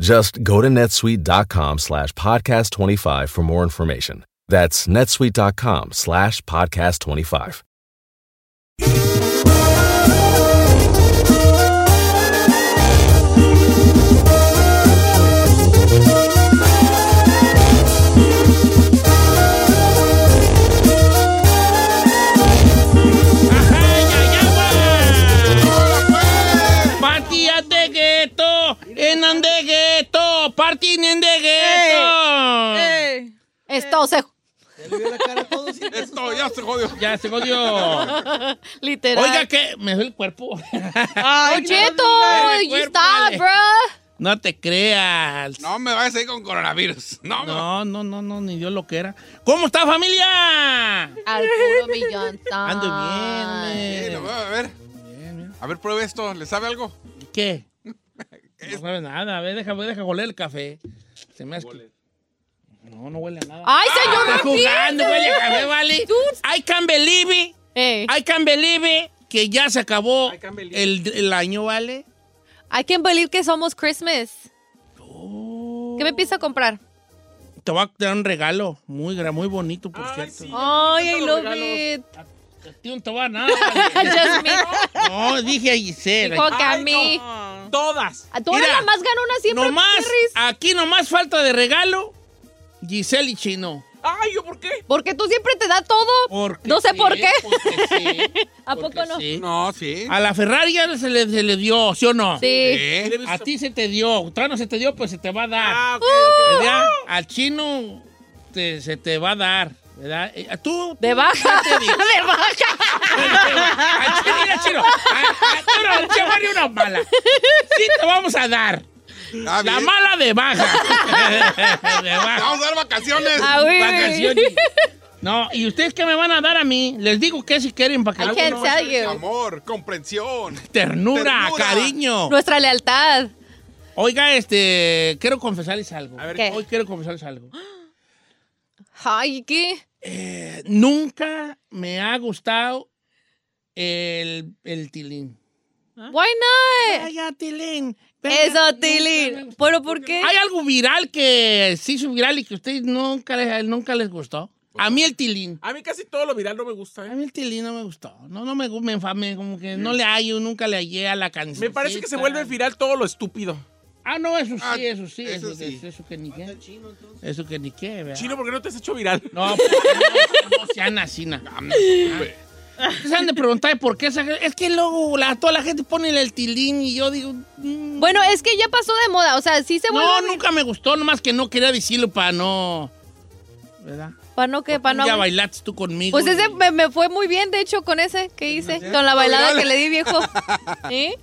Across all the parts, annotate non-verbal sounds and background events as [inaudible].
Just go to netsuite.com slash podcast 25 for more information. That's netsuite.com slash podcast 25. Partían de gueto, enan de gueto, partinen de gueto. Eh, Esto se. Esto ya se jodió. Ya se jodió. Literal. Oiga, que me duele el cuerpo. [laughs] Don Cheto, duele el you cuerpo, stop, dale. bruh. No te creas. No me vayas ahí con coronavirus. No, no. No, no, no, no, ni Dios lo que era. ¿Cómo está, familia? Al puro millón. Ando Sí, bien, lo me. voy a ver. A ver, pruebe esto. ¿Le sabe algo? ¿Y ¿Qué? No sabe nada. A ver, déjame, déjame oler el café. Se me hace que- No, no huele a nada. Ay, señor, Ah, Está no jugando, piense. huele a café, vale. I can believe it. Ey, I can believe it, Que ya se acabó el, el año, ¿vale? I can't believe que somos Christmas. ¿Qué me empieza a comprar? Te voy a dar un regalo muy, gra- muy bonito, por cierto. Ay, I love it. A ti no te va a nada. vale. Just me. [laughs] no, dije a Giselle. Dijo que a mí. Ah, Todas. A todas Mira, Ah. las más ganona siempre. nomás, Perris. aquí nomás falta de regalo, Giselle y Chino. Ay, ¿yo por qué? Porque tú siempre te da todo. Porque No sé sí, por qué. porque sí, [laughs] ¿A Oh, porque poco no? sí. No, sí. A la Ferrari ya se le, se le dio, ¿sí o no? Sí. ¿Eh? A ti se te dio. Todavía no se te dio, pues se te va a dar. Ah, ¿Verdad? Al chino te- se te va a dar. ¿Verdad? Eh, Tú. De baja. [laughs] De baja. Al chino, mira, chino. A- a- tú no, te va a dar una mala. Sí, te vamos a dar. Está La Ah, bien. mala de [laughs] baja. De baja. Vamos a dar vacaciones. Ah, oui. Vacaciones. No, ¿y ustedes qué me van a dar a mí? Les digo que si quieren para que I luego can't no- tell you. Amor, comprensión. ternura, Ternura. cariño. Nuestra lealtad. Oiga, este, quiero confesarles algo. A ver, ¿Qué? Hoy quiero confesarles algo. Ay, ¿qué? Nunca me ha gustado el, el tilín. ¿Ah? Why not? Ay, ya, tilín. Eso, Nunca me Tilín. gustó. ¿Pero por qué? ¿Hay algo viral que se hizo viral y que a ustedes nunca les, nunca les gustó? Pues A mí el tilín. A mí casi todo lo viral no me gusta. A ¿eh? mí el tilín no me gustó. No, no me gusta, me enfame, como que no le hallo, nunca le hallé a la canción. Me parece que se vuelve viral todo lo estúpido. Ah, no, eso Ah, sí, eso sí, eso, eso eso, sí. eso que ni Ah, qué. Eso que ni qué, ¿verdad? Chino, ¿por qué no te has hecho viral? No, pues, no, no sean así, na. Ustedes han de preguntar por qué esa gente- Es que luego la, toda la gente pone el tilín y yo digo. mm. Bueno, es que ya pasó de moda. O sea, sí se no, vuelve. nunca me gustó, nomás que no quería decirlo para no. ¿Verdad? ¿Para no que ¿Para no ya abrir- bailaste tú conmigo. Pues ese y- [laughs] me, me fue muy bien, de hecho, con ese que hice, con la bailada que le di, viejo. ¿Eh?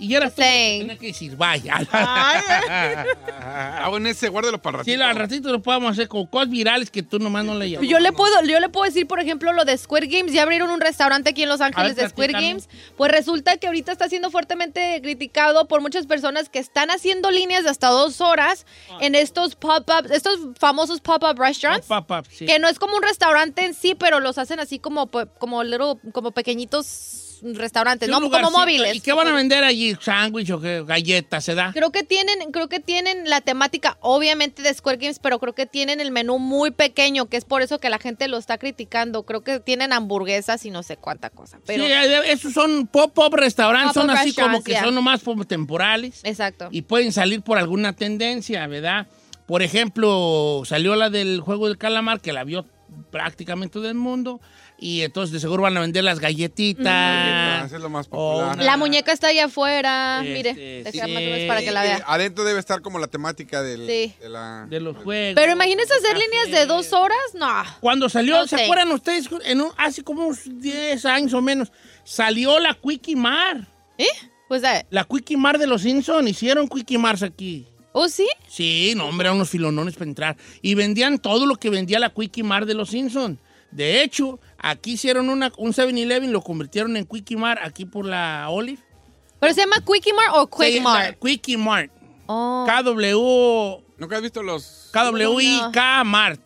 Y era todo lo que Thanks. tenía que decir, vaya. Ay. Ah, bueno, ese, guárdelo para ratito. [laughs] Sí, al ratito lo podemos hacer con cosas virales que tú nomás no le llamas. Pues Yo le puedo, yo le puedo decir, por ejemplo, lo de Square Games. Ya abrieron un restaurante aquí en Los Ángeles de Square platícanos. Games. Pues resulta que ahorita está siendo fuertemente criticado por muchas personas que están haciendo líneas de hasta dos horas Ah. en estos pop-ups, estos famosos pop-up restaurants. Oh, Papá, sí. Que no es como un restaurante en sí, pero los hacen así como, pe- como, little- como pequeñitos restaurantes, Sí, no un lugarcito. como móviles. ¿Y qué van a vender allí? ¿Sándwich o qué? galletas? ¿Se da? Creo que tienen, creo que tienen la temática, obviamente, de Square Games, pero creo que tienen el menú muy pequeño, que es por eso que la gente lo está criticando. Creo que tienen hamburguesas y no sé cuánta cosa. Pero sí, eh. esos son pop-up restaurantes, Pop-up son así como restaurants, que ya. son nomás como temporales exacto. y pueden salir por alguna tendencia, ¿verdad? Por ejemplo, salió la del juego del calamar que la vio prácticamente todo el mundo y entonces de seguro van a vender las Ah, galletitas. ese es lo más Oh, popular. una- La muñeca está allá afuera. Este, Mire, sí. déjame más o menos para que la Eh, vea. Adentro debe estar como la temática del, Sí. de la... De los juegos. Pero imagínense hacer café. líneas de dos horas, no. Cuando salió, No ¿se sé. acuerdan ustedes? En un- hace como unos 10 años o menos, salió la Quickie Mar. ¿Eh? Pues, eh, La Quickie Mar de los Simpson hicieron Quickie Mars aquí. ¿oh sí? Sí, no, hombre, eran unos filonones para entrar. Y vendían todo lo que vendía la Quickie Mart de los Simpsons. De hecho, aquí hicieron una, un 7-Eleven, lo convirtieron en Quickie Mart aquí por la Olive. ¿Pero se llama Quickie Mart o Sí, Quick la Mart? Quickie Mart. Oh, KW, ¿Nunca has visto los...? KWIK Mart.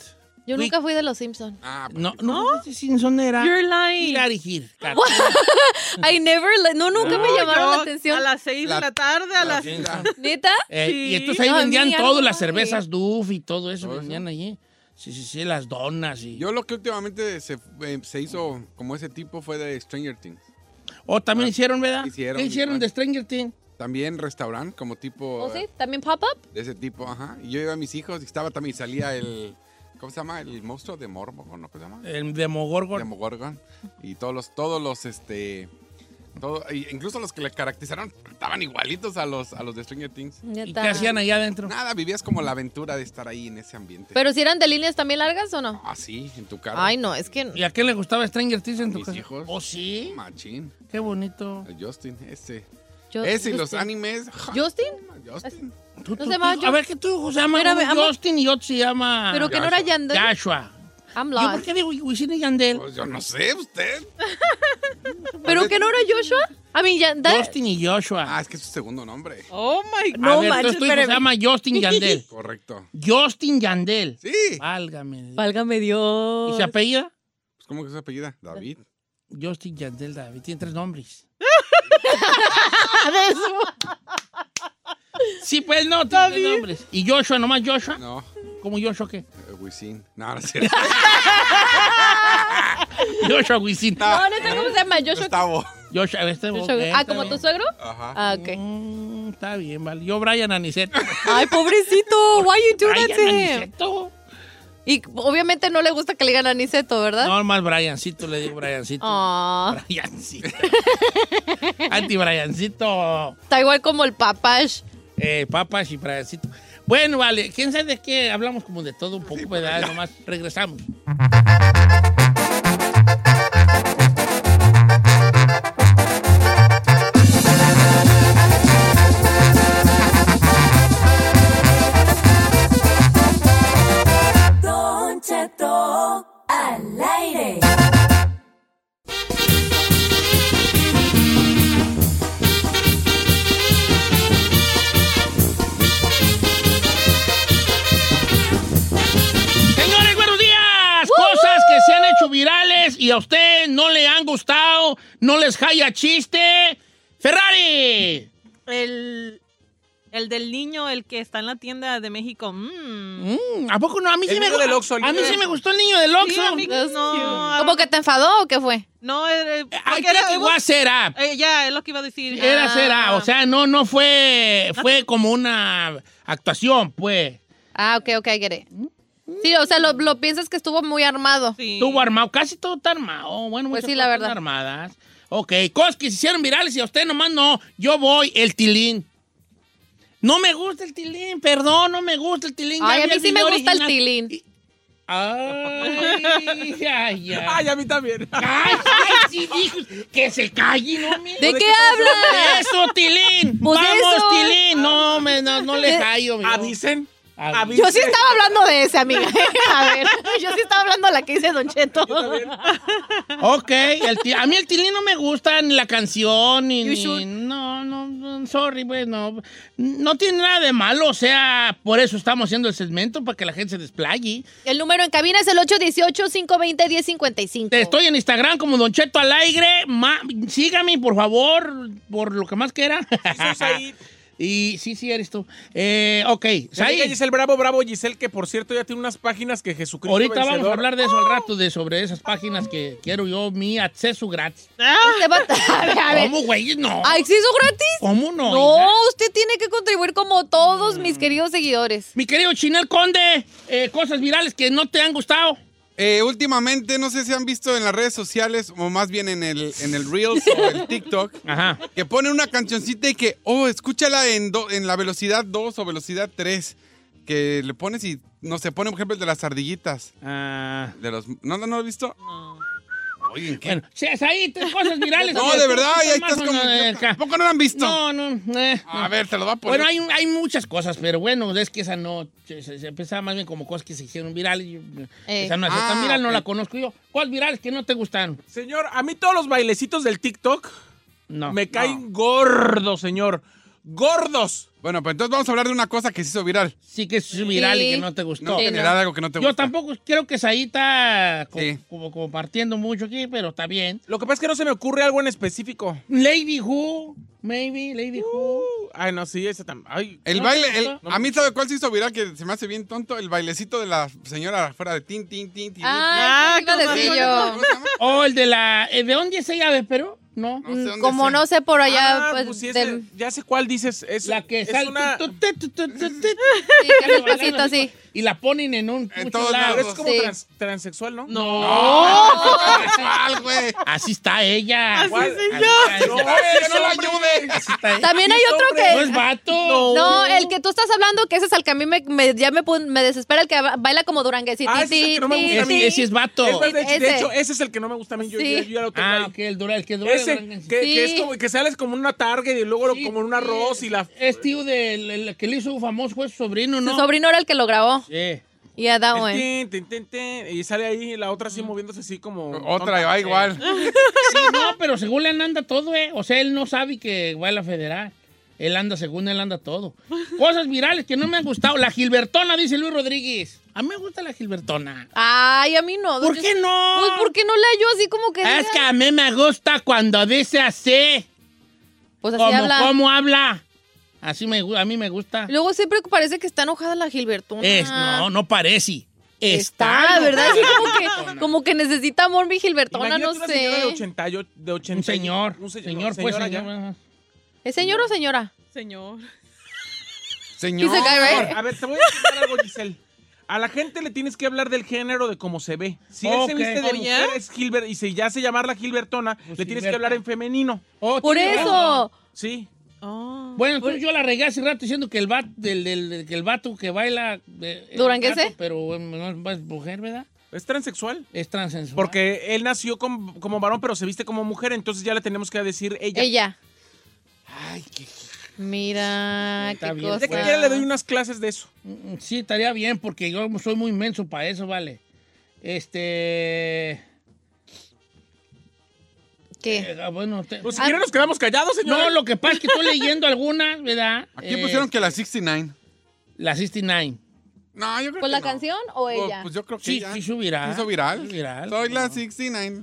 yo nunca fui de los Simpsons. Ah, No, no, ese Simpson era... You're lying. [laughs] Hilary Gil, cara. [laughs] I never, le- no, nunca me llamaron la Yo, atención. A las seis La- de la tarde, a las... mira. ¿Neta? Eh, Sí. Y entonces ahí No, a mí vendían ya todo, no las sabe. cervezas Duff y todo eso, Todo eso. vendían allí. Sí, sí, sí, las donas y... Yo lo que últimamente se, eh, se hizo como ese tipo fue de Stranger Things. O también hicieron, ¿verdad? Hicieron, ¿Qué Ah. hicieron igual. de Stranger Things? También restaurante como tipo ¿Oh sí? ¿También pop-up? de ese tipo, ajá. Y yo iba a mis hijos y estaba también salía el ¿cómo se llama? El monstruo de Morbo, ¿no? ¿Cómo se llama? El Demogorgon. Demogorgon y todos los todos los este todo, y incluso los que le caracterizaron estaban igualitos a los a los de Stranger Things. ¿Y qué hacían allá adentro? Nada, vivías como la aventura de estar ahí en ese ambiente. ¿Pero si eran de líneas también largas o no? así en tu carro. Ay, no, es que... ¿Y a quién le gustaba Stranger Things en tu Mis casa? hijos. ¿Oh, sí? Machín, Qué bonito. el Justin, ese. yo- ese y los Justin. animes. ¿Justin? Justin. Tú- tú- se llama tú- Ju- a ver, ¿qué tu hijo se llama? Espérame, Uno ama- Justin y otro se llama... ¿Pero que no era Joshua. Yandel? Joshua. I'm ¿Yo por lost. qué digo Wisin y Yandel? Pues yo no sé, usted. ¿Pero que no era Joshua? A mí, Yandel... Justin y Joshua. Ah, es que es su segundo nombre. Oh, my God. a No ver, manches, entonces tu hijo se espérame. llama [laughs] Justin Yandel. Correcto. Justin Yandel. Sí. Válgame. Válgame ¿Y Dios. se apellida? Pues, ¿Cómo que es su apellida? David. Justin Yandel David. Tiene tres [laughs] nombres. Sí, pues no, tiene tres nombres. ¿Y Joshua nomás Joshua? No, ¿Cómo Joshua qué? [laughs] eh, Wisin. No, no es cierto. [laughs] Joshua Wisin. No, neta, ¿cómo se llama? Joshua... [laughs] Gustavo. Joshua, este Joshua- Ah, ¿como tu tú suegro? Ajá. Ah, ok. Mm, está bien, vale. Yo, [laughs] Brian Anicet. Ay, [laughs] pobrecito. Why you do that to Brian him? ¿Ah? Aniceto. Y obviamente no le gusta que le digan Aniceto, ¿verdad? Ah, No, más Briancito, le digo Briancito. Oh. Aw, Briancito. [laughs] Anti-Briancito. Está igual como el papash. Eh, papas y Briancito. Bueno, vale. ¿Quién sabe de qué? Hablamos como de todo un poco, ¿verdad? Nomás regresamos. Señores, buenos días. Cosas que se han hecho virales y a usted no le han gustado, no les haya chiste. Ferrari. El, el del niño, el que está en la tienda de México. Mm. Mm, ¿A poco no? A mí El sí me niño del gu- Oxxo, el A mí niño sí del- me gustó el niño del Sí, Oxxo. Eh, a mí- That's no, ah, ¿Cómo que te enfadó o qué fue? no, era- porque Hay que era- averiguar, será. eh, ya, es lo que iba a decir. Era Ah. será, o sea, no, no fue, fue como una actuación, pues. Ah, ok, ok, I get it. Sí, o sea, lo, lo piensas que estuvo muy armado. Sí. Estuvo armado, casi todo está armado. Bueno, Pues muchas sí, la cosas verdad. están armadas. Ok, cosas que se hicieron virales y a usted nomás no. Yo voy, el tilín. No me gusta el tilín, perdón, no me gusta el tilín. Ya Ay, a vi mí el sí me video gusta el original. tilín. Y- Ay, ay, ay. [laughs] Ay, a mí también. Ay, ay, sí, dijo. Que se calle, no me. ¿De, ¿De qué qué [laughs] hablas? Eso, Tilín. Pues Vamos, eso. Tilín. No, me, no, no [laughs] le Eh, callo. mi amor. Avisen. Ah, avisen. Yo sí estaba hablando de ese, amiga. [laughs] A ver, yo sí estaba hablando de la que dice Don Cheto. Ok, el ti- a mí el Tilín no me gusta ni la canción ni, You ni- should. no, no, no, sorry, pues no, no tiene nada de malo, o sea, por eso estamos haciendo el segmento para que la gente se desplaye. El número en cabina es el 818-520-1055. Te estoy en Instagram como Don Cheto al aire, ma- sígame por favor, por lo que más quiera. Jesús ahí. [laughs] y sí, sí eres tú. Eh, ok, Mi amiga Said, Giselle Bravo, bravo Giselle, que por cierto ya tiene unas páginas que Jesucristo ahorita vencedor. vamos a hablar de eso Ah. al rato, de sobre esas páginas que quiero yo mi acceso gratis. Usted Ah, va- A [laughs] ver, a ver. ¿Cómo, güey? No. ¿Ah, ¿Acceso gratis? ¿Cómo no? hija? No, usted tiene que contribuir como todos mis queridos seguidores. Mi querido Chinel Conde, eh, cosas virales que no te han gustado. [laughs] Eh, últimamente, no sé si han visto en las redes sociales, o más bien en el, en el Reels o el [laughs] TikTok, Ajá. que ponen una cancioncita y que, oh, escúchala en, do- en la velocidad 2 o velocidad 3. Que le pones y, no sé, pone, por ejemplo, el de las ardillitas. De los, ¿No lo no, has visto? Oye, ¿en qué? Ah. Bueno, sí, es ahí tres cosas [laughs] virales. no, Mira, de tú verdad, y ahí más estás como... una de acá. ¿Tampoco Ah, no lo han visto? No, no. eh, A no. ver, te lo voy a poner. Bueno, hay, un- hay muchas cosas, pero bueno, es que esa no. Se, se- se pensaba más bien como cosas que se hicieron virales. yo- Eh. Esa no es Ah, tan viral, no ok. la conozco yo. ¿Cuáles virales que no te gustaron? Señor, a mí todos los bailecitos del TikTok No. me caen gordos, señor. Gordos. Bueno, pues entonces vamos a hablar de una cosa que se hizo viral. Sí que es viral Sí. y que no te gustó. No, Sí, general, no. algo que no te Yo gusta. tampoco creo que Saíta co- Sí. como compartiendo mucho aquí, pero está bien. Lo que pasa es que no se me ocurre algo en específico. Lady Who, maybe, Lady Who. Ay, no, sí, ese también. Ay, El ¿No te baile, el- gustó? a mí sabe cuál se hizo viral que se me hace bien tonto, el bailecito de la señora afuera de tin tin tin tin. Ah, Ah, iba a ¿cómo decir tin. yo. ¿Cómo se llama? O el de la. eh, ¿De dónde es ella de Perú? No. No sé dónde Como sea. [laughs] no sé por allá, ah, pues, pues sí, ese- del- ya sé cuál dices. Es, La que es sale. una- tu, tu, tu, tu, [laughs] tu, tu, [laughs] sí, que hace pasito así. Y la ponen en un. En mucho todos lado. pero es como Sí. trans- transexual, ¿no? No. ¿Cuál, güey? Así está ella. Así ¿Cuál? es Así está No, ella. ¡Eh, no la hombre. ayude! Así está ella. También hay otro No es que... vato. No, el que tú estás hablando, que ese es el que a mí me, me- ya me, pon- me desespera, el que ba- baila como duranguecito. Ah, ese es el que no me gusta a mí. Ese, ese es vato. Es más, de, hecho- de Ese. hecho, ese es el que no me gusta a mí. Yo, Sí. yo- yo ya lo tengo Ah, ahí. ok, el dura, el que dura. Ese, que, que Sí. es como que sales como una target y luego Sí, como un arroz y la. Es tío del el que le hizo famoso fue su sobrino, Su ¿no? sobrino era el que lo grabó. Sí. Y eh. a that el one. tin, tin, tin, tin, y sale ahí la otra así moviéndose así como. Otra, tonta. va igual. Sí, no, pero según él anda todo, ¿eh? O sea, él no sabe que va a la federal. Él anda, según él anda todo. Cosas virales que no me han gustado. La Gilbertona, dice Luis Rodríguez. A mí me gusta la Gilbertona. Ay, a mí no. ¿Por Yo- qué no? Pues porque no la yo así como que. Es diga? que a mí me gusta cuando dice así. Pues así Como habla. cómo habla. Así me gu- a mí me gusta. Luego siempre parece que está enojada la Gilbertona. Es, no, no parece. Está. Ah. Está, ¿verdad? Así [laughs] Gilbertona. como que, como que necesita amor mi Gilbertona, Imagínate no una señora de sé. 88, de 80 Un señor. un se- señor, no, pues, señora ya. señor. ¿Es señor o señora? Señor. Señor. He's a Este guy, right? A ver, te voy a explicar algo, Giselle. A la gente le tienes que hablar del género de cómo se ve. Si él se Ok. viste de Oh, mujer, es Gilbert, y si ya se llamarla Gilbertona, Pues le tienes Gilberta. que hablar en femenino. Oh, Por tiene razón. eso. Sí. Oh. Bueno, entonces yo la regué hace rato diciendo que el, vato, del, del- del- que el vato que baila... eh, es ¿Duranguense? vato, pero eh, no es mujer, ¿verdad? Es transexual. Es transensual. Porque él nació como, como varón, pero se viste como mujer, entonces ya le tenemos que decir ella. Ella. Ay, qué- Mira, Está qué bien. cosa. De que quiera le doy unas clases de eso. Mm, Sí, estaría bien porque yo soy muy inmenso para eso, ¿vale? Este... ¿Qué? eh, bueno, te- Pues si Ah. quieren nos quedamos callados, señor. no, lo que pasa es que estoy leyendo algunas, ¿verdad? Aquí Eh, pusieron que la 69. La 69. No, yo creo ¿Con que la no. canción o Pues- ella? Pues yo creo que Sí, ella. sí, subirá. ¿Hizo viral? Sí, viral. Soy la No. 69.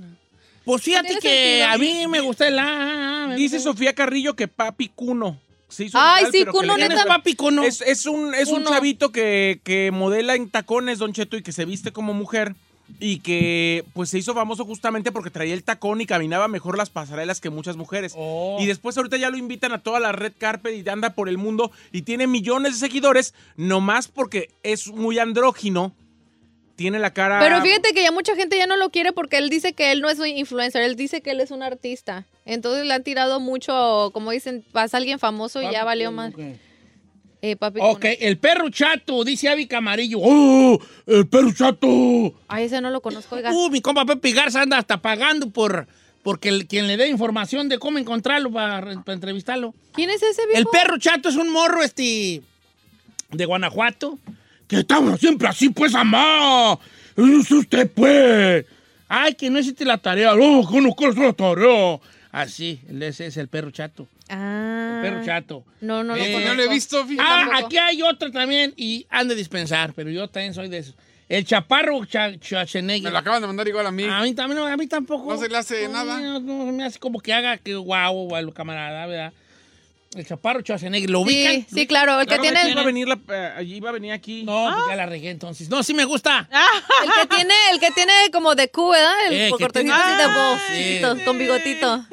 Pues fíjate Tiene que sentido. a mí me gusta el A. Dice Sofía Carrillo que papi Cuno. Se hizo Ay, viral, sí, pero que Cuno, le- ¿Quién es neta. papi cono? Es, es un, es un Cuno. chavito que, que modela en tacones, Don Cheto, y que se viste como mujer. Y que pues se hizo famoso justamente porque traía el tacón y caminaba mejor las pasarelas que muchas mujeres. Oh. Y después ahorita ya lo invitan a toda la red carpet y anda por el mundo y tiene millones de seguidores, nomás porque es muy andrógino, tiene la cara... Pero fíjate que ya mucha gente ya no lo quiere porque él dice que él no es un influencer, él dice que él es un artista. Entonces le han tirado mucho, como dicen, pasa alguien famoso y ya Papi valió Cuno, más. ok. Eh, papi, con- Ok, el perro chato, dice Avi Camarillo. ¡Oh! ¡El perro chato! Ay, ese no lo conozco, oiga. Uh, mi compa Pepe Garza anda hasta pagando por porque el- quien le dé información de cómo encontrarlo para, para entrevistarlo. ¿Quién es ese viejo? El perro chato es un morro este de Guanajuato que estaba siempre así, pues, amá. Es usted, pues. Ay, que no hiciste la tarea. No, que no quiero hacer la tarea. Así, ese es el perro chato. Ah. El perro chato. No, no lo Eh, conozco. no lo he visto, fíjate. Ah, tampoco. aquí hay otro también y han de dispensar, pero yo también soy de esos. El chaparro cha- Me Schwarzenegger. lo acaban de mandar igual a mí. A mí, también, no, a mí tampoco. No se le hace nada. No, no, me hace como que haga que guau, guau, camarada, ¿verdad? El chaparro Schwarzenegger, ¿lo ubican? Sí, sí, claro. El que, Claro que tiene, sí. Iba a venir, la, eh, allí iba a venir aquí. No, pues Ah. ya la regué entonces. No, sí me gusta. el que tiene, el que tiene como de Q, ¿verdad? El Eh, que cortecito tiene- así de Ay, voz, sí. chiquito, con bigotito.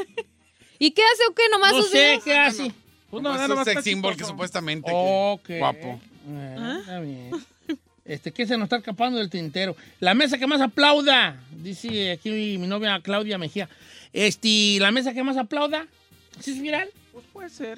¿Y qué hace o qué? Nomás No sus sé, videos? ¿qué hace? Pues No, no, es nada un más sex está symbol que chistoso. supuestamente. que- Ok. Guapo. Eh, ¿Ah? Está bien. Este, ¿qué se nos está escapando del tintero? La mesa que más aplauda, dice aquí mi novia Claudia Mejía. Este, la mesa que más aplauda, ¿sí es viral? Pues puede ser.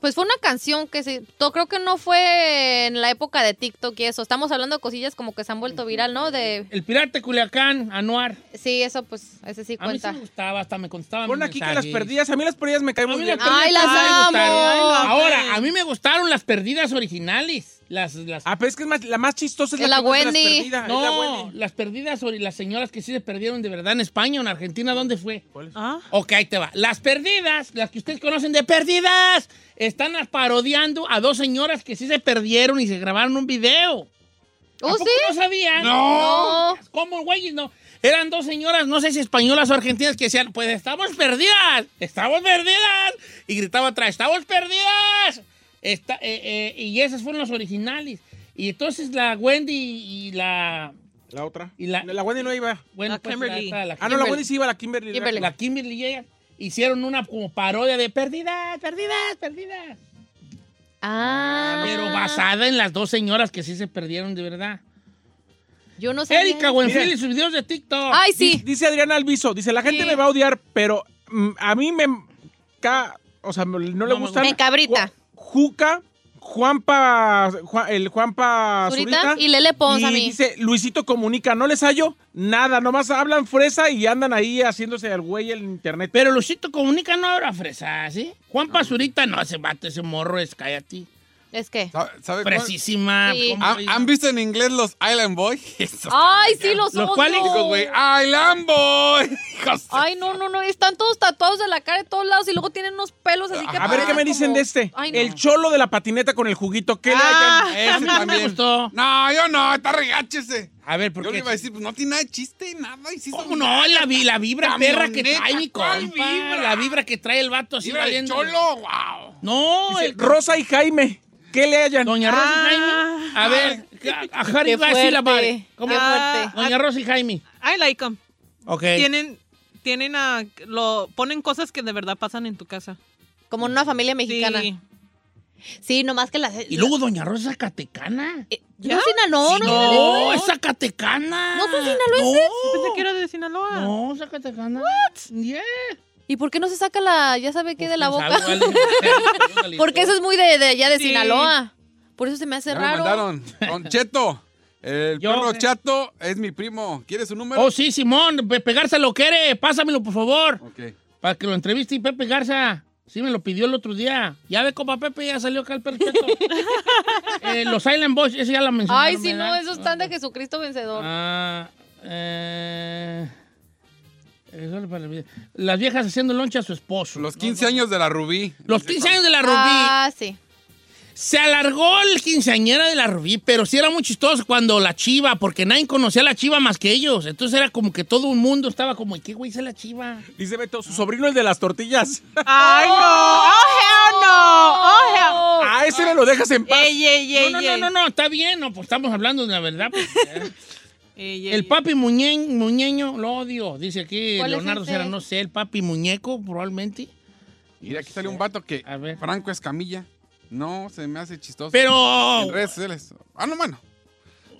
Pues fue una canción que se. to- creo que no fue en la época de TikTok y eso. Estamos hablando de cosillas como que se han vuelto viral, ¿no? De. El pirata de Culiacán, Anuar. Sí, eso pues, ese sí A mí sí cuenta. me gustaba, hasta me contestaba Pon mis aquí que las mensajes. perdidas. A mí las perdidas me caen A muy mí bien. las perdidas Ay, las también me gustaron. amo. Ahora, a mí me gustaron las perdidas originales. Las, las, Ah, pero es que es más- la más chistosa es Es la, la que más de las Wendy. perdidas, es la no, Wendy. las perdidas sobre las señoras que sí se perdieron de verdad en España o en Argentina, ¿dónde fue? Ah, Ok, ahí te va. Las perdidas, las que ustedes conocen de perdidas, están parodiando a dos señoras que sí se perdieron y se grabaron un video. ¿Oh, ¿A poco sí? no sabían? No. No. ¿Cómo, güey? No. Eran dos señoras, no sé si españolas o argentinas, que decían, pues estamos perdidas, estamos perdidas. Y gritaba atrás, estamos perdidas. Esta- eh, eh, y esas fueron las originales. Y entonces la Wendy y la... La otra. Y la- la Wendy no iba. Bueno, La pues, Kimberly. esta, la Ah, no, la Kimberly. Wendy sí iba, la Kimberly. Kimberly. La Kimberly y ella hicieron una como parodia de perdidas, perdidas, perdidas. Ah. Pero basada en las dos señoras que sí se perdieron de verdad. Yo no sé. Erika Buenfil Mira. y sus videos de TikTok. Ay, Dice- sí. Dice Adriana Alviso, dice, la gente Sí. me va a odiar, pero mm, a mí me... ca- o sea, me- no le me gustan... Me cabrita. Ju- Juca, Juanpa... Ju- el Juanpa Zurita Zurita. y Lele Pons a y mí. dice, Luisito comunica, no les hallo nada, nomás hablan fresa y andan ahí haciéndose al güey el internet. Pero Lucito Comunica no habrá fresas, ¿sí? Juan Pazurita no se mate, ese morro es cállate. Es que. ¿Sabe- sabe cuál? Fresísima. Sí. ¿cómo ¿Han, dice? Ah, han visto en inglés los Island Boy? [laughs] Esos Ay, sí, los Los odio. cuales- chicos, güey. ¡Island Boy! [laughs] Hijos de- Ay, no, no, no. Están todos tatuados de la cara de todos lados y luego tienen unos pelos así que. a ver qué parecen me dicen como- de este. Ay, no. El cholo de la patineta con el juguito. ¿Qué le Ah, hallan? [laughs] Ese A mí me también. gustó. No, yo no, está regáchese. A ver, ¿por Yo le qué? iba a decir, pues no tiene nada de chiste, nada. Y sí ¿Cómo son- no? La, vi- la vibra perra que Camioneta, trae mi compa. ¿cuál vibra? La vibra que trae el vato así Mira, el valiendo. cholo, wow. No, Dice, el- Rosa y Jaime, ¿qué le hallan? Doña Rosa y Jaime. A ver, a, a Harry va a decir la madre. ¿Cómo? Ah, Qué Ah, fuerte. Doña Rosa y Jaime. I like 'em. Ok. Tienen, tienen, ah, lo, ponen cosas que de verdad pasan en tu casa. Como en una familia mexicana. Sí. Sí, nomás que las. Y luego Doña Rosa es Zacatecana. Eh, ¿Ya? No, Sinaloa, Sí, no, no, Sinaloa. es Zacatecana. ¿No ¿eh? son sinaloenses? Pensé que era de Sinaloa. No, Zacatecana. What? Yeah. ¿Y por qué no se saca la, ya sabe Pues, qué, de la boca? Porque Porque eso es muy de, de allá de Sí. Sinaloa. Por eso se me hace Ya me raro. mandaron. [laughs] Don Cheto. El Yo- eh. perro chato es mi primo. ¿Quieres su número? Oh, sí, Simón, Pepe Garza lo quiere. Pásamelo, por favor, Ok. para que lo entreviste. Y Pepe Garza, sí me lo pidió el otro día. Ya ve, copa Pepe, ya salió acá [laughs] el perfecto. Eh, los Silent Boys, eso ya la mencionaron. Ay, sí, no, ¿verdad? esos están de Jesucristo vencedor. Ah, eh, eso es para el video. Las viejas haciendo loncha a su esposo. Los 15 años de la Rubí. Los 15 años de la Rubí. Ah, sí. Se alargó el quinceañera de la Rubí, pero sí era muy chistoso cuando la chiva, porque nadie conocía a la chiva más que ellos. Entonces era como que todo el mundo estaba como, ¿y qué güey es la chiva? Dice Beto, su sobrino el de las tortillas. ¡Ay, no! ¡Oh, hell no! ¡Oh, hell! A ese le lo dejas en paz. Ey, ey, ey, no, no, ey. no, no, no, está bien, no, pues estamos hablando de la verdad. [laughs] pues. Ey, ey, el papi muñe- muñeño, lo odio, dice aquí ¿Cuál es Leonardo ese? Serra, no sé, el papi muñeco probablemente. Mira, aquí sale un vato que. eh. A ver. Franco Escamilla. No, se me hace chistoso. Pero, En redes sociales. Ah, no, bueno.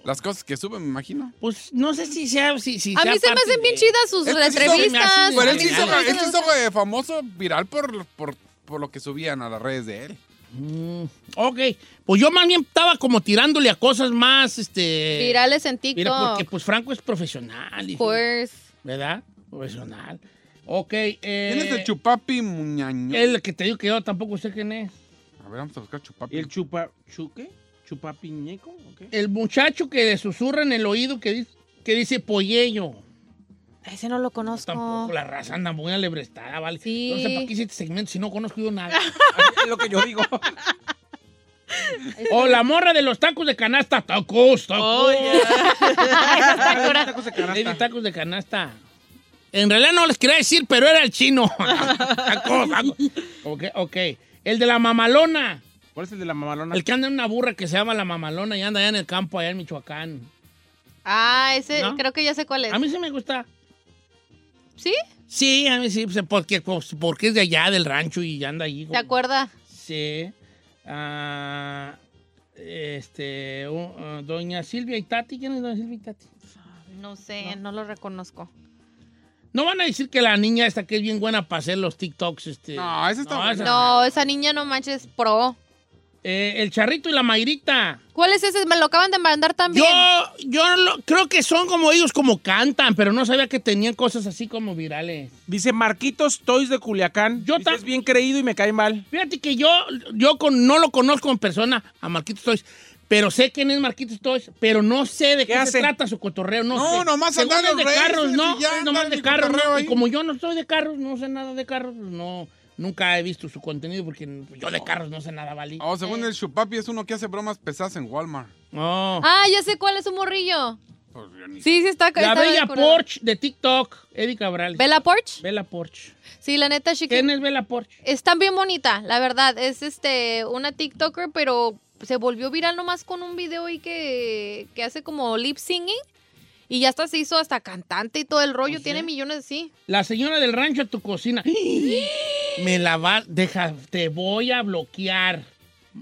Las cosas que suben, me imagino. pues no sé si sea... Si, si A sea mí se me parte hacen bien de- Este, chidas sus Es que sí son- entrevistas. Pero Pero A él mí se sí hizo, me él se hacen- hizo, eh, famoso viral por, por, por lo que subían a las redes de él. Mm, ok, pues yo más bien estaba como tirándole a cosas más, este... Virales en Mira, porque TikTok. pues Franco es profesional, hijo, Pues, ¿verdad? Profesional. Ok, eh, ¿Quién es el chupapi muñaño? el que te digo que yo tampoco sé quién es. A ver, vamos a buscar chupapi. ¿El chupa chuque? ¿Chupapiñeco? ¿O [laughs] qué? El muchacho que le susurra en el oído que dice, que dice polleño. Oh. ese no lo conozco. Tampoco la raza anda muy alebrestada, ¿vale? Sí. No sé para qué hice este segmento si no conozco [laughs] yo nada. Es lo que yo [laughs] digo. o la morra de los tacos de canasta. Tacos, tacos. Oh, yeah. Tacos de Le di canasta. tacos de canasta. En realidad no les quería decir, pero era el chino. Tacos, tacos. ok, ok. El de la mamalona. ¿Cuál es el de la mamalona? El que anda en una burra que se llama la mamalona y anda allá en el campo, allá en Michoacán. Ah, ese ¿No? creo que ya sé cuál es. A mí sí me gusta. ¿Sí? Sí, a mí sí, pues, porque, pues, porque es de allá, del rancho, y anda ahí. ¿Te acuerdas? Sí. Ah, este, un- ah, doña Silvia Itati, ¿quién es doña Silvia Itati? No sé, no lo reconozco. No van a decir que la niña esta que es bien buena para hacer los TikToks, este. No, esa está buena. esa- No, esa niña no manches pro. Eh, el charrito y la mairita. ¿Cuál es ese? Me lo acaban de mandar también. Yo, yo lo- creo que son como ellos como cantan, pero no sabía que tenían cosas así como virales. Dice Marquitos Toys de Culiacán. Yo Yo ta- Es bien creído y me cae mal. Fíjate que yo, yo con- no lo conozco en persona a Marquitos Toys, pero sé quién es Marquitos Toys, pero no sé de qué, ¿Qué se hace? trata su cotorreo. No, No, sé. nomás Según andar es en de redes, carros, y no, ya es nomás andan de en carros. cotorreo ¿no? Y ahí. como yo no soy de carros, no sé nada de carros, no, nunca he visto su contenido porque yo de carros no sé nada, ¿vale? Oh, según el chupapi es uno que hace bromas pesadas en Walmart. No. Ah, ya sé cuál es un morrillo. Pues, yo ni- Sí, sí está. La está bella curado. Porsche de TikTok, Eddie Cabral. ¿Bella Porch? Bella Porsche. Sí, la neta, chica. ¿Quién es Bella Porsche? Está bien bonita, la verdad. Es este una TikToker, pero se volvió viral nomás con un video ahí que, que hace como lip singing. Y ya hasta se hizo hasta cantante y todo el rollo. ¿Ah, sí? Tiene millones, sí. La señora del rancho a tu cocina. Me la va, deja, te voy a bloquear.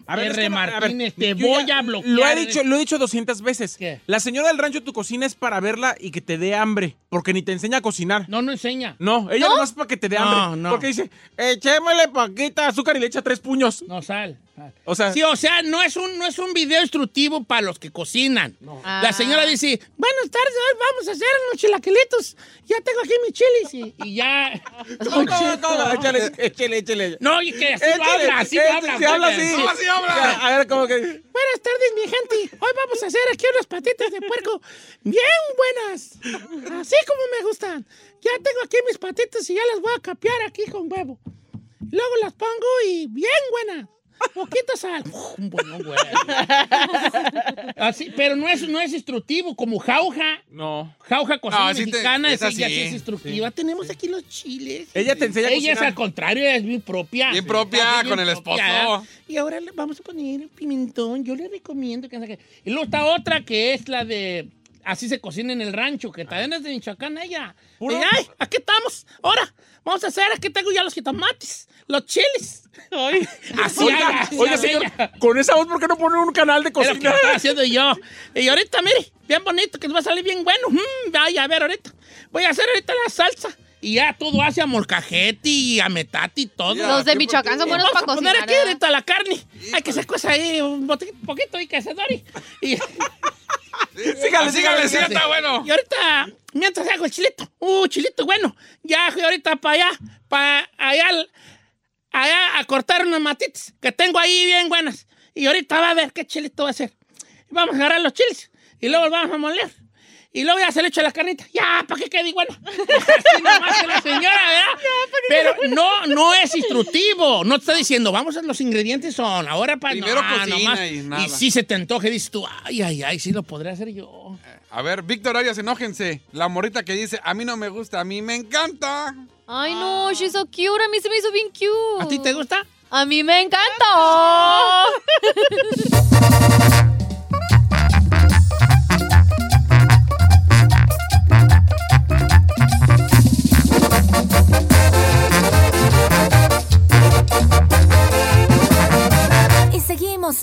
R. es que no- Martínez, te yo voy ya a bloquear. Lo he dicho, lo he dicho 200 veces. ¿Qué? La señora del rancho de tu cocina es para verla y que te dé hambre, porque ni te enseña a cocinar. No, no enseña. No, ella no es para que te dé No, hambre. no. Porque dice, echémele paquita azúcar y le echa tres puños. No sal. sal. O sea, Sí, o sea, no es un, no es un video instructivo para los que cocinan. La Ah. señora dice, buenas tardes, hoy vamos a hacer unos chilaquilitos. Ya tengo aquí mis chiles. Y, y ya. [laughs] todo, todo, todo, échale, échale, échale. No, y que así lo Échale, habla, así lo échale, habla. se habla brother. así. Sí. sí habla. A ver, ¿cómo que? Buenas tardes, mi gente. Hoy vamos a hacer aquí unas patitas de puerco bien buenas. Así como me gustan. Ya tengo aquí mis patitas y ya las voy a capear aquí con huevo. Luego las pongo y bien buenas. Poquito sal. Un buenón, güey. [laughs] Así, pero no es, no es instructivo, como jauja. No. Jauja cocina No, Ah, sí te- mexicana, es esa ya así. sí es instructiva. Tenemos aquí los chiles. Ella te enseña Ella a es cocinar. al contrario, ella es bien propia. Bien propia, Bien con el propia. esposo. Y ahora le vamos a poner pimentón. Yo le recomiendo que saque. Y luego está otra que es la de Así se cocina en el rancho, que también es de Michoacán ella. Puro- De, ay, aquí estamos. Ahora, vamos a hacer, aquí tengo ya los jitomates, los chiles. Ay. [laughs] Así habla, Oiga, así oiga, habla señor, ella. con esa voz, ¿por qué no pone un canal de Es lo que cocina? estaba haciendo yo. Y ahorita, mire, bien bonito, que nos va a salir bien bueno. Mm, vaya, a ver, ahorita. Voy a hacer ahorita la salsa. Y ya todo hace a molcajete y a metate y todo. Ya, Los de qué Michoacán son buenos porquería. Vamos para a poner cocinar. aquí ¿eh? ahorita la carne. Hay que se cosa ahí un bote- poquito y cazador. Y, y- Sígale, sígale, sí, sígale. está bueno. y ahorita, mientras hago el chilito, uh, chilito bueno. Ya fui ahorita para allá, para allá, al- allá a cortar unas matitas que tengo ahí bien buenas. Y ahorita va a ver qué chilito va a hacer. Vamos a agarrar los chiles y luego los vamos a moler. Y luego ya se le echa la carnita. Ya, ¿para qué quede bueno? [laughs] Así nomás que la señora, ¿verdad? Pero no, no es instructivo. No te está diciendo, vamos a los ingredientes son. Ahora para Primero no, cocina nomás. y nada. si se te antoje, dices tú, ay, ay, ay, sí lo podría hacer yo. A ver, Víctor Arias, enójense. La morrita que dice, a mí no me gusta, a mí me encanta. Ay, no, she's so cute. A mí se me hizo bien cute. Ah. ¿A ti te gusta? A mí me encanta. Y seguimos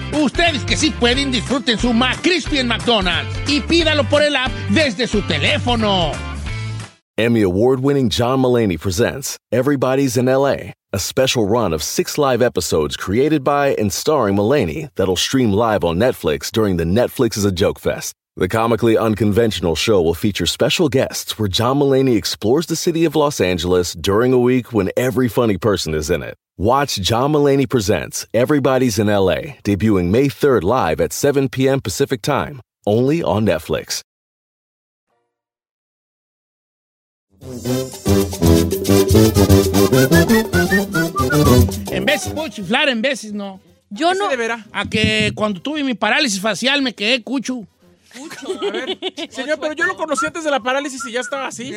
Ustedes que sí pueden, disfruten su McCrispy en McDonald's y pídalo por el app desde su teléfono. Emmy award winning John Mullaney presents Everybody's in LA, a special run of six live episodes created by and starring Mullaney that'll stream live on Netflix during the Netflix is a Joke Fest. The comically unconventional show will feature special guests where John Mullaney explores the city of Los Angeles during a week when every funny person is in it. Watch John Mullaney Presents Everybody's in LA, debuting May 3rd live at 7 p.m. Pacific Time, only on Netflix. En veces puedo chiflar, en veces no. Yo no. A que cuando tuve mi parálisis facial me quedé cucho. A ver, señor, pero yo lo conocí antes de la parálisis y ya estaba así.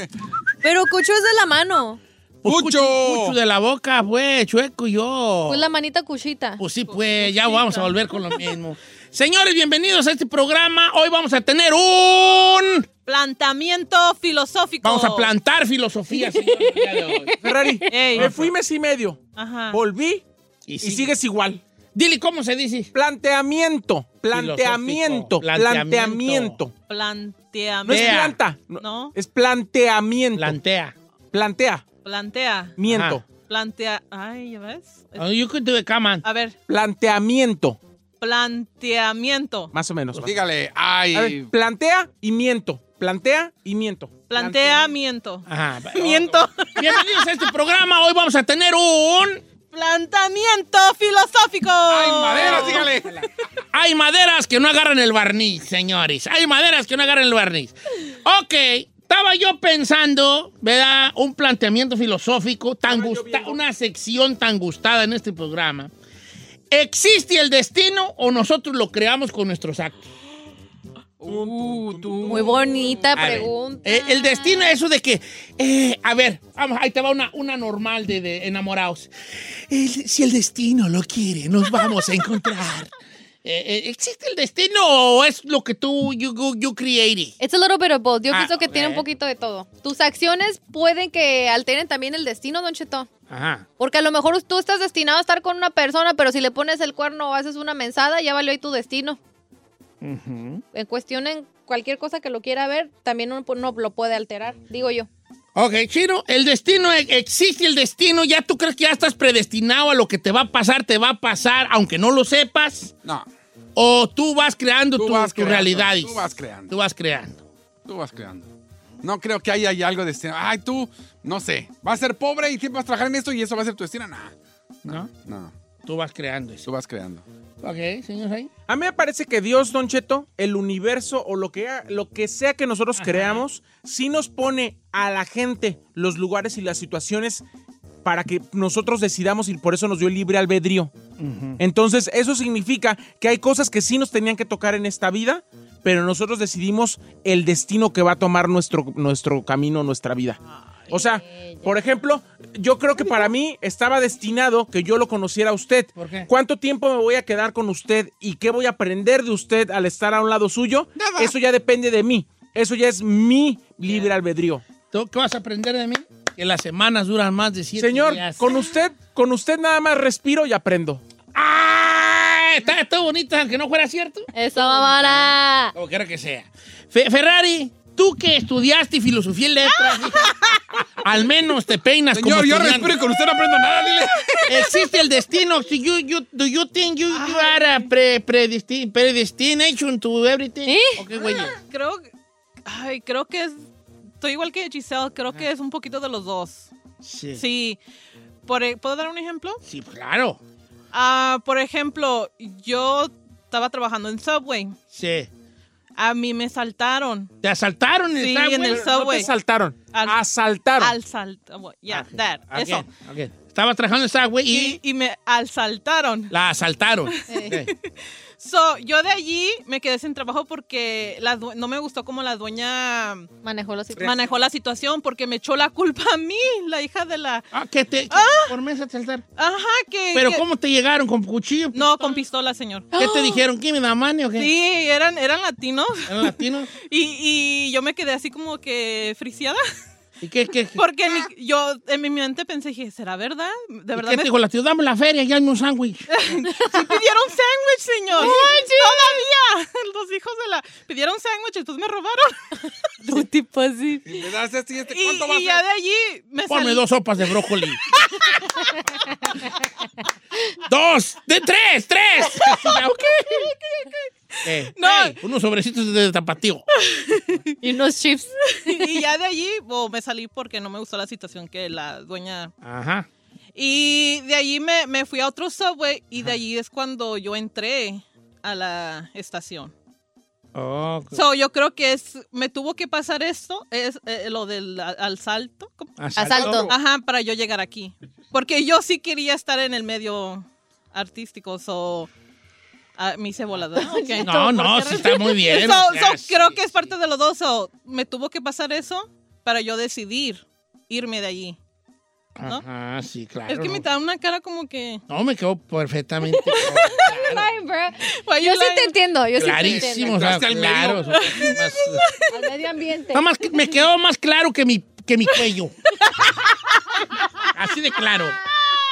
Pero Cucho es de la mano. Pues, cucho. cucho de la boca, pues, chueco yo. Pues la manita cuchita. Pues sí, pues, ya vamos a volver con lo mismo. [laughs] Señores, bienvenidos a este programa. Hoy vamos a tener un... Plantamiento filosófico. Vamos a plantar filosofía, señor. el día de hoy. Ferrari, Ey. me fui mes y medio. Ajá. Volví Ah. Y y sí. sigues igual. Dile, ¿cómo se dice? Planteamiento, planteamiento, Filosófico. Planteamiento. planteamiento. Planteamiento. No es Plantea. planta, no, No. es planteamiento. Plantea. plantea, Plantea. miento, Ajá. Plantea. Ay, ¿ya ves? Oh, you could do it, come on. A ver, planteamiento, planteamiento. más o menos. Dígale, A ver, ay. plantea y miento, plantea y miento. Planteamiento. Ajá. [laughs] Miento. Bienvenidos a este programa. Hoy vamos a tener un... Plantamiento filosófico. Ay, madera, dígale. Hay maderas que no agarran el barniz, señores. Hay maderas que no agarran el barniz. Ok, estaba yo pensando, ¿verdad? Un planteamiento filosófico, tan gusta- una sección tan gustada en este programa. ¿Existe el destino o nosotros lo creamos con nuestros actos? Muy bonita A ver, pregunta. eh, el destino es eso de que, eh, a ver, vamos, ahí te va una, una normal de, de enamorados. El- si el destino lo quiere, nos vamos [laughs] a encontrar. Eh, eh, ¿Existe el destino o es lo que tú, you, you- you created? It's a little bit of both. Yo Ah, pienso que tiene ok. un poquito de todo. Tus acciones pueden que alteren también el destino, Don Cheto. Ajá. Porque a lo mejor tú estás destinado a estar con una persona, pero si le pones el cuerno o haces una mensada, ya valió ahí tu destino. En cuestión en cualquier cosa que lo quiera ver, también uno, no lo puede alterar, digo yo. Ok, Chino, el destino, eh, existe el destino, ya tú crees que ya estás predestinado a lo que te va a pasar, te va a pasar, aunque no lo sepas, No, o tú vas creando Tú tu- vas tus creando, realidades. tú vas creando. Tú vas creando. tú vas creando. No creo que haya haya algo de destino. Ay, tú, no sé. Vas a ser pobre y siempre vas a trabajar en esto y eso va a ser tu destino. No, ¿No? no. Tú vas creando eso. Tú vas creando. Ok, señor Rey. A mí me parece que Dios, Don Cheto, el universo o lo que, lo que sea que nosotros creamos, sí nos pone a la gente los lugares y las situaciones para que nosotros decidamos y por eso nos dio el libre albedrío. Entonces, eso significa que hay cosas que sí nos tenían que tocar en esta vida, pero nosotros decidimos el destino que va a tomar nuestro, nuestro camino, nuestra vida. O sea, por ejemplo, yo creo que para mí estaba destinado que yo lo conociera a usted. ¿Por qué? ¿Cuánto tiempo me voy a quedar con usted y qué voy a aprender de usted al estar a un lado suyo? Eso ya depende de mí. Eso ya es mi libre albedrío. ¿Tú qué vas a aprender de mí? Que las semanas duran más de siete Señor, días. con usted, con usted nada más respiro y aprendo. ¡Ah! Está, está bonita, aunque no fuera cierto. Eso, mamona. Como quiera que sea. Fe- Ferrari, tú que estudiaste filosofía y letras, hija, [laughs] al menos te peinas como Señor, yo estudiante. respiro y con usted no aprendo nada, dile. [laughs] Existe el destino. So you, you, do you think you, you are a pre, predesti- predestination to everything? ¿Eh? Ok, güey. Creo, ay, creo que es, estoy igual que Giselle, creo que es un poquito de los dos. Sí. sí. Sí. Por e- ¿Puedo dar un ejemplo? claro. Ah, por ejemplo, yo estaba trabajando en Subway. Sí. A mí me saltaron Te asaltaron en el Sí, subway? en el No Subway. te saltaron, Al- asaltaron. al salto. Yeah, Ah, that, ¿A eso. qué? ¿A qué? Estaba trabajando en Subway y, Y, y me asaltaron. la asaltaron. Ok. So, yo de allí me quedé sin trabajo porque la due- no me gustó como la dueña Manejó los manejó la situación porque me echó la culpa a mí, la hija de la... Ah, que te. que Por mesa te asaltaron. Ajá, que... Pero que- ¿cómo Ah, te llegaron? ¿Con cuchillo? No, con pistola, señor. ¿Qué te dijeron? ¿Quién me da mano o qué? Sí, eran, eran latinos ¿Eran latinos? y, y yo me quedé así como que friciada ¿Y qué, qué, qué? porque mi- yo en mi mente pensé, dije, ¿será verdad? De Ah. ¿Y verdad me qué te dijo la tío? Dame la feria y hazme [laughs] un sándwich. Sí pidieron sándwich, señor. Todavía. [laughs] Los hijos de la... Pidieron sándwich, entonces me [laughs] robaron. Un tipo así. Y me das este y este, Y, ¿cuánto va a y ya ser? de allí me Ponme salí. dos sopas de brócoli. dos, de [laughs] tres, tres. Ya, ok. Eh, No. hey, unos sobrecitos de tapatío. Y unos [laughs] chips. [laughs] Y ya de allí bo, me salí porque no me gustó la situación que la dueña... Ajá. Y de allí me, me fui a otro subway y de allí es cuando yo entré a la estación. Ok. So, yo creo que es, me tuvo que pasar esto, es eh, lo del a- al salto, ¿cómo? Asalto. Ajá, para yo llegar aquí. Porque yo sí quería estar en el medio artístico, so ah, me hice volada. [laughs] Ok. No, no, sí está [laughs] muy bien. So- o sea, so, creo sí. que es parte de los dos, so, me tuvo que pasar eso para yo decidir irme de allí. ¿no? Ajá, sí, claro. es que me no. da una cara como que... No, me quedó perfectamente. Ay, bro. Why you Yo sí lying? te entiendo. Yo sí te entiendo. Clarísimo, o sea, Entraste al claro. o sea, más- Al medio ambiente. Nada más que me quedó más claro que mi, que mi cuello. Así de claro.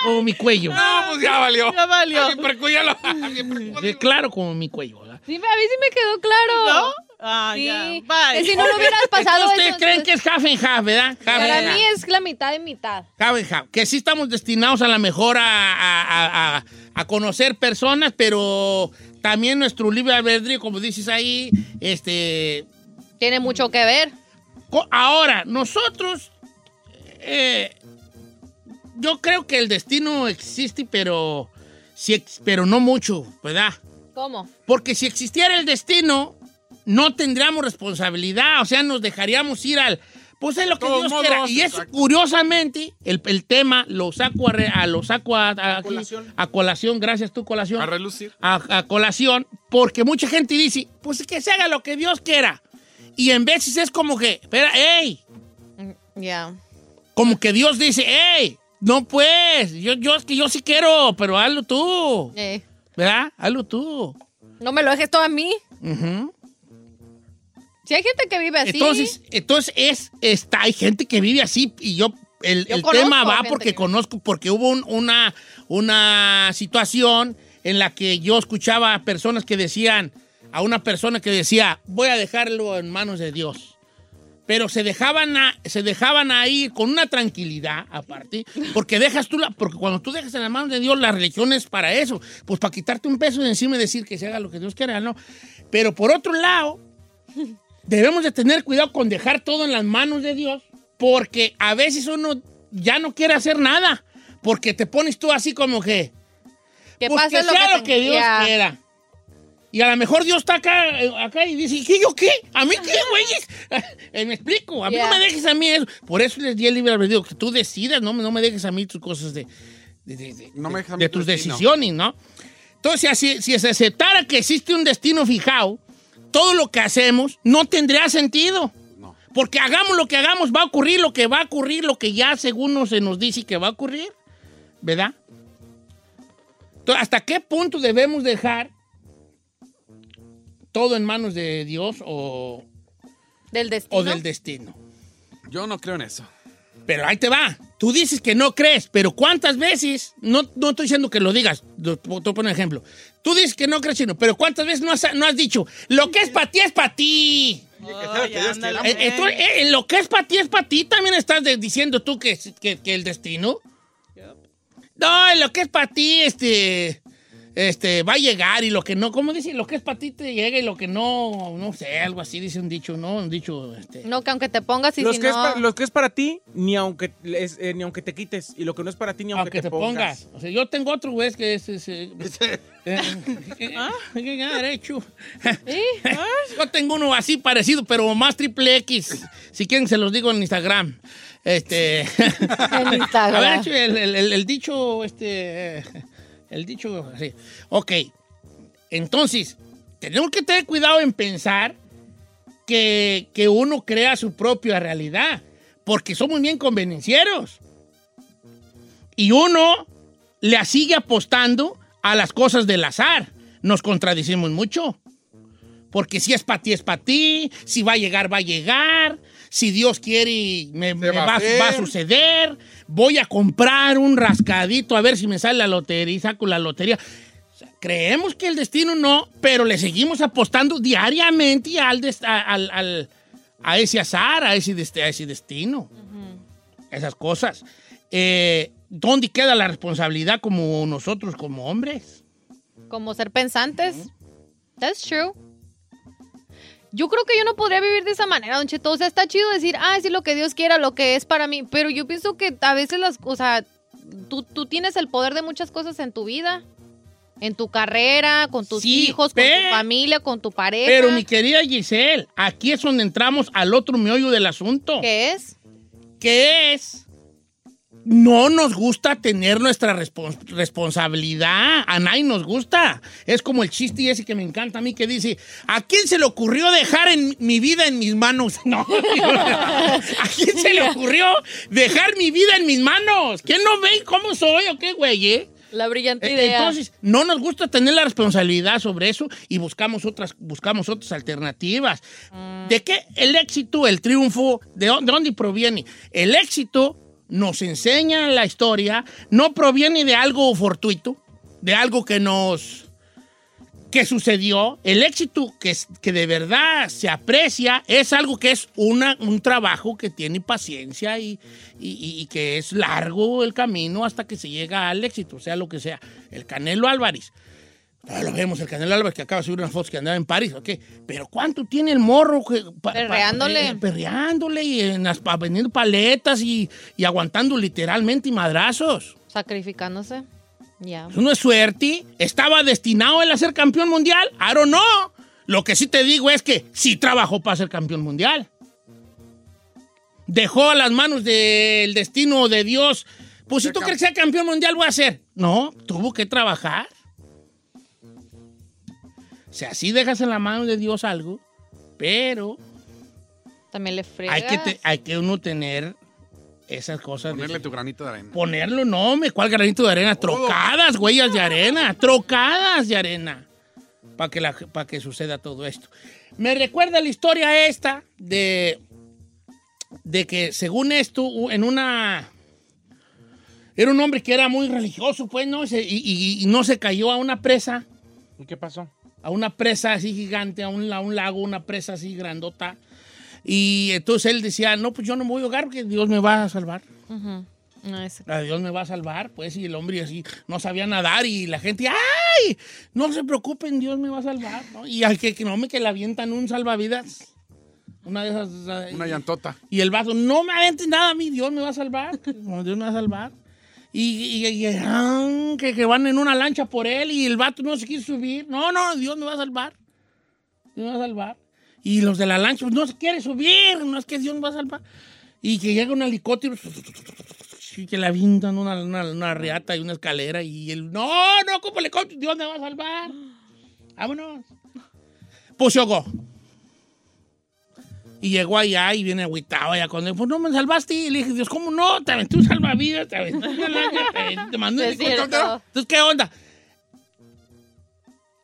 Como mi cuello. No, pues ya valió. Ya valió. Alguien percúyalo. Alguien De percúyalo. claro como mi cuello. ¿verdad? Sí, a mí sí me quedó claro. ¿No? Ah, Sí. ya. Que Bye. si no lo hubieras pasado Ustedes eso, creen que es half and half, ¿verdad? Half Para and half. mí es la mitad de mitad. Half and half. Que sí estamos destinados a la mejor a, a- a- a- a conocer personas, pero también nuestro libre albedrío, como dices ahí, este, Tiene mucho que ver. Co- Ahora, nosotros, eh, yo creo que el destino existe, pero, si ex- pero no mucho, ¿verdad? ¿Cómo? Porque si existiera el destino, no tendríamos responsabilidad, o sea, nos dejaríamos ir al... Pues es lo que todos Dios modos, quiera. Y es exacto. curiosamente, el, el tema lo saco a, re- a- lo saco a, a- aquí, colación. a colación, gracias tú colación A relucir. a, a colación porque mucha gente dice, pues que se haga lo que Dios quiera. Y en veces es como que, espera, ¡ey! Ya. Como que Dios dice, ¡ey! No pues, yo, yo es que yo sí quiero, pero hazlo tú, Eh, ¿verdad? Hazlo tú. no me lo dejes todo a mí. Ujú. Si hay gente que vive así. Entonces, entonces es, está, hay gente que vive así y yo, el, Yo el conozco tema va gente porque que- conozco, porque hubo un- una, una situación en la que yo escuchaba a personas que decían, a una persona que decía, voy a dejarlo en manos de Dios. Pero se dejaban, a- se dejaban ahí con una tranquilidad aparte, porque dejas tú la, porque cuando tú dejas en las manos de Dios la religión es para eso, pues para quitarte un peso de encima y decir que se haga lo que Dios quiera, ¿no? Pero por otro lado, debemos de tener cuidado con dejar todo en las manos de Dios, porque a veces uno ya no quiere hacer nada, porque te pones tú así como que, que pues pase que lo sea que, lo que Dios Ya. quiera. Y a lo mejor Dios está acá, eh, acá y dice, ¿qué yo qué? ¿A mí qué, güey? [laughs] Eh, me explico, a mí Ya. no me dejes a mí eso. Por eso les di el libre albedrío, que tú decidas, no, no me dejes a mí tus cosas de, de- de- de- No me de- dejes a mí de tu tus destino. decisiones, ¿no? Entonces, así- si se aceptara que existe un destino fijado, todo lo que hacemos no tendría sentido. No. Porque hagamos lo que hagamos, va a ocurrir lo que va a ocurrir, lo que ya según nos, se nos dice que va a ocurrir, ¿verdad? Entonces, ¿hasta qué punto debemos dejar todo en manos de Dios o, Del destino. o del destino? Yo no creo en eso. Pero ahí te va. Tú dices que no crees, pero ¿cuántas veces? No, no estoy diciendo que lo digas. Lo- Te voy a poner un ejemplo. Tú dices que no crees, chino, pero ¿cuántas veces no has, no has dicho lo que es para ti es para ti? Oh, Eh, eh, tú, eh, eh, lo que es para ti es para ti. También estás de- diciendo tú que, que- que el destino. No, lo que es para ti, este. Este, va a llegar y lo que no, ¿cómo dice? Lo que es para ti te llega y lo que no, no sé, algo así, dice un dicho, ¿no? Un dicho, este. No, que aunque te pongas y los, si que es no... pa- los que es para ti, ni aunque, es- eh, ni aunque te quites. Y lo que no es para ti, ni aunque, te, te pongas. pongas. O sea, yo tengo otro, güey, que es. es, [laughs] eh, eh, eh, eh, ah, derecho. [laughs] Yo tengo uno así parecido, pero más triple X. Si quieren, se los digo en Instagram. Este. [laughs] en Instagram. A ver, hecho el, el- el- el dicho, este. eh, El dicho, así. Ok. Entonces, tenemos que tener cuidado en pensar que, que uno crea su propia realidad, porque somos bien convenencieros. Y uno le sigue apostando a las cosas del azar. Nos contradicimos mucho. Porque si es para ti, es para ti. Si va a llegar, va a llegar. Si Dios quiere, me, me va a va, a- hacer. va a suceder. Voy a comprar un rascadito a ver si me sale la lotería y saco la lotería. O sea, creemos que el destino no, pero le seguimos apostando diariamente al, des- a- al- al- a ese azar, a ese, dest- a ese destino esas cosas. Eh, ¿Dónde queda la responsabilidad como nosotros, como hombres? como ser pensantes. That's true. Yo creo que yo no podría vivir de esa manera, Don Cheto. O sea, está chido decir, ah, sí, lo que Dios quiera, lo que es para mí. Pero yo pienso que a veces las cosas. Tú, tú tienes el poder de muchas cosas en tu vida. En tu carrera, con tus Sí, hijos, con pe- tu familia, con tu pareja. Pero mi querida Giselle, aquí es donde entramos al otro meollo del asunto. ¿Qué es? ¿Qué es? No nos gusta tener nuestra respons- responsabilidad. A nadie nos gusta. Es como el chiste ese que me encanta a mí que dice, ¿a quién se le ocurrió dejar en mi vida en mis manos? [laughs] No. ¿A quién se le ocurrió dejar mi vida en mis manos? ¿Quién no ve cómo soy o qué, güey? eh? La brillante Eh, idea. Entonces, no nos gusta tener la responsabilidad sobre eso y buscamos otras, buscamos otras alternativas. ¿De qué el éxito, el triunfo, de, dó- de dónde proviene? El éxito nos enseña la historia, no proviene de algo fortuito, de algo que nos que sucedió, el éxito que, es- que de verdad se aprecia es algo que es una, un trabajo que tiene paciencia y, y- y- y que es largo el camino hasta que se llega al éxito, sea lo que sea. El Canelo Álvarez. Ah, lo vemos, el Canelo Álvarez que acaba de subir una foto que andaba en París, ok. Pero ¿cuánto tiene el morro? que- pa- pa- Perreándole. eh, perreándole y en las- pa- vendiendo paletas y, y aguantando literalmente y madrazos. Sacrificándose. Ya. Eso no es suerte. ¿Estaba destinado él a ser campeón mundial? Aro no. Lo que sí te digo es que sí trabajó para ser campeón mundial. Dejó a las manos del destino de Dios. Pues si tú crees que sea campeón mundial, voy a ser. No, tuvo que trabajar. Si así dejas en la mano de Dios algo, pero También le frega. hay que, te- hay que uno tener esas cosas. de- Ponerle tu granito de arena. Ponerlo, no, me cuál granito de arena. Trocadas, huellas de arena. Trocadas de arena. Para que, la- pa' que suceda todo esto. Me recuerda la historia esta de, de que según esto, u- en una... Era un hombre que era muy religioso, pues, ¿no? Se- y- y- y no se cayó a una presa ¿Y qué pasó? a una presa así gigante, a un, la- un lago, una presa así grandota. Y entonces él decía, no, pues yo no me voy a ahogar porque Dios me va a salvar. Ujú. No, es- A Dios me va a salvar, pues, y el hombre así no sabía nadar y la gente, ¡ay! No se preocupen, Dios me va a salvar, ¿no? Y al que, que no me que le avientan un salvavidas, una de esas... eh, Una llantota. y el vaso, no me aventes nada a mí, Dios me va a salvar. No, Dios me va a salvar. Y, y- y- y, ah, que, que van en una lancha por él y el vato no se quiere subir. No, no, Dios me va a salvar. Dios me va a salvar. Y los de la lancha, pues, no se quiere subir, no es que Dios me va a salvar. Y que llega un helicóptero y que le avientan una, una, una reata y una escalera y él, no, no, como helicóptero, Dios me va a salvar. Vámonos. Pues se ahogó. Y llegó allá y viene agüitado allá con él. Pues no me salvaste. Y le dije, Dios, ¿cómo no? Te aventé un salvavidas, te aventé una lancha, te, [laughs] aventé- te mandé un Es cierto. helicóptero. Entonces, ¿qué onda?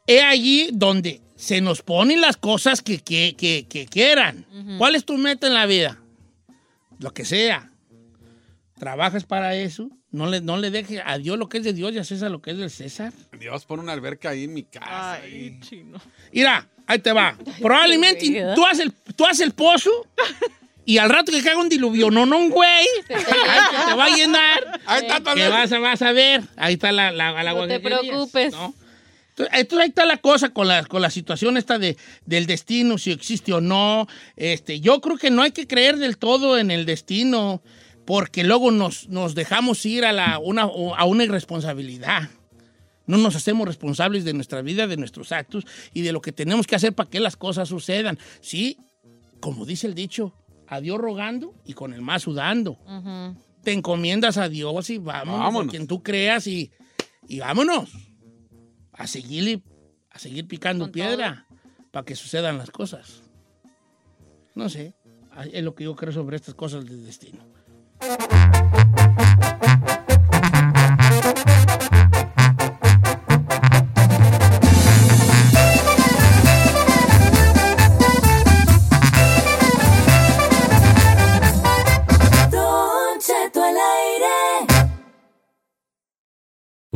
Es allí donde se nos ponen las cosas que, que, que, que quieran. ¿Cuál es tu meta en la vida? lo que sea, trabajas para eso, no le, no le dejes a Dios lo que es de Dios y a César lo que es del César. Dios, pon una alberca ahí en mi casa. Ay, chino. Mira, ahí [laughs] te va. Probablemente tú haces el, tú haces el pozo y al rato que caiga un diluvio, no, no, güey. [laughs] Ahí te, te va [laughs] a llenar. Ahí está tu Que alberca. vas a, vas a ver. Ahí está la, la, la No agua te que querías, preocupes. ¿no? Entonces, entonces ahí está la cosa con la, con la situación esta de, del destino, si existe o no. Este, yo creo que no hay que creer del todo en el destino, porque luego nos, nos dejamos ir a, la, una, a una irresponsabilidad. No nos hacemos responsables de nuestra vida, de nuestros actos y de lo que tenemos que hacer para que las cosas sucedan. Sí, como dice el dicho, a Dios rogando y con el más sudando. Ujú. Te encomiendas a Dios y vámonos, Vámonos. a quien tú creas y, y vámonos a seguir, a seguir picando Con piedra para que sucedan las cosas. No sé, es lo que yo creo sobre estas cosas del destino. Don Cheto al aire.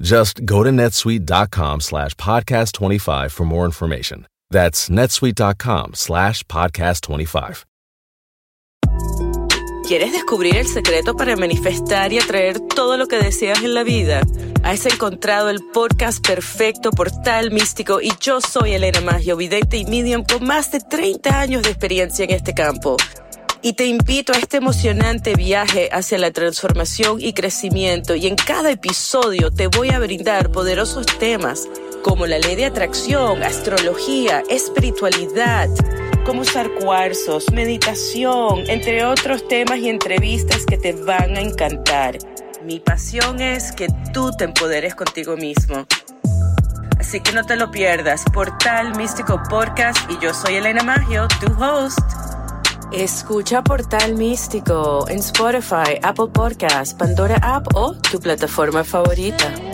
Just go to netsuite.com slash podcast 25 for more information. That's netsuite.com slash podcast 25. ¿Quieres descubrir el secreto para manifestar y atraer todo lo que deseas en la vida? Has encontrado el podcast perfecto, portal místico y yo soy Elena Maggio, vidente y medium con más de 30 años de experiencia en este campo. Y te invito a este emocionante viaje hacia la transformación y crecimiento y en cada episodio te voy a brindar poderosos temas como la ley de atracción, astrología, espiritualidad, cómo usar cuarzos, meditación, entre otros temas y entrevistas que te van a encantar. Mi pasión es que tú te empoderes contigo mismo. Así que no te lo pierdas. Portal Místico Podcast y yo soy Elena Maggio, tu host. Escucha Portal Místico en Spotify, Apple Podcast, Pandora App o tu plataforma favorita.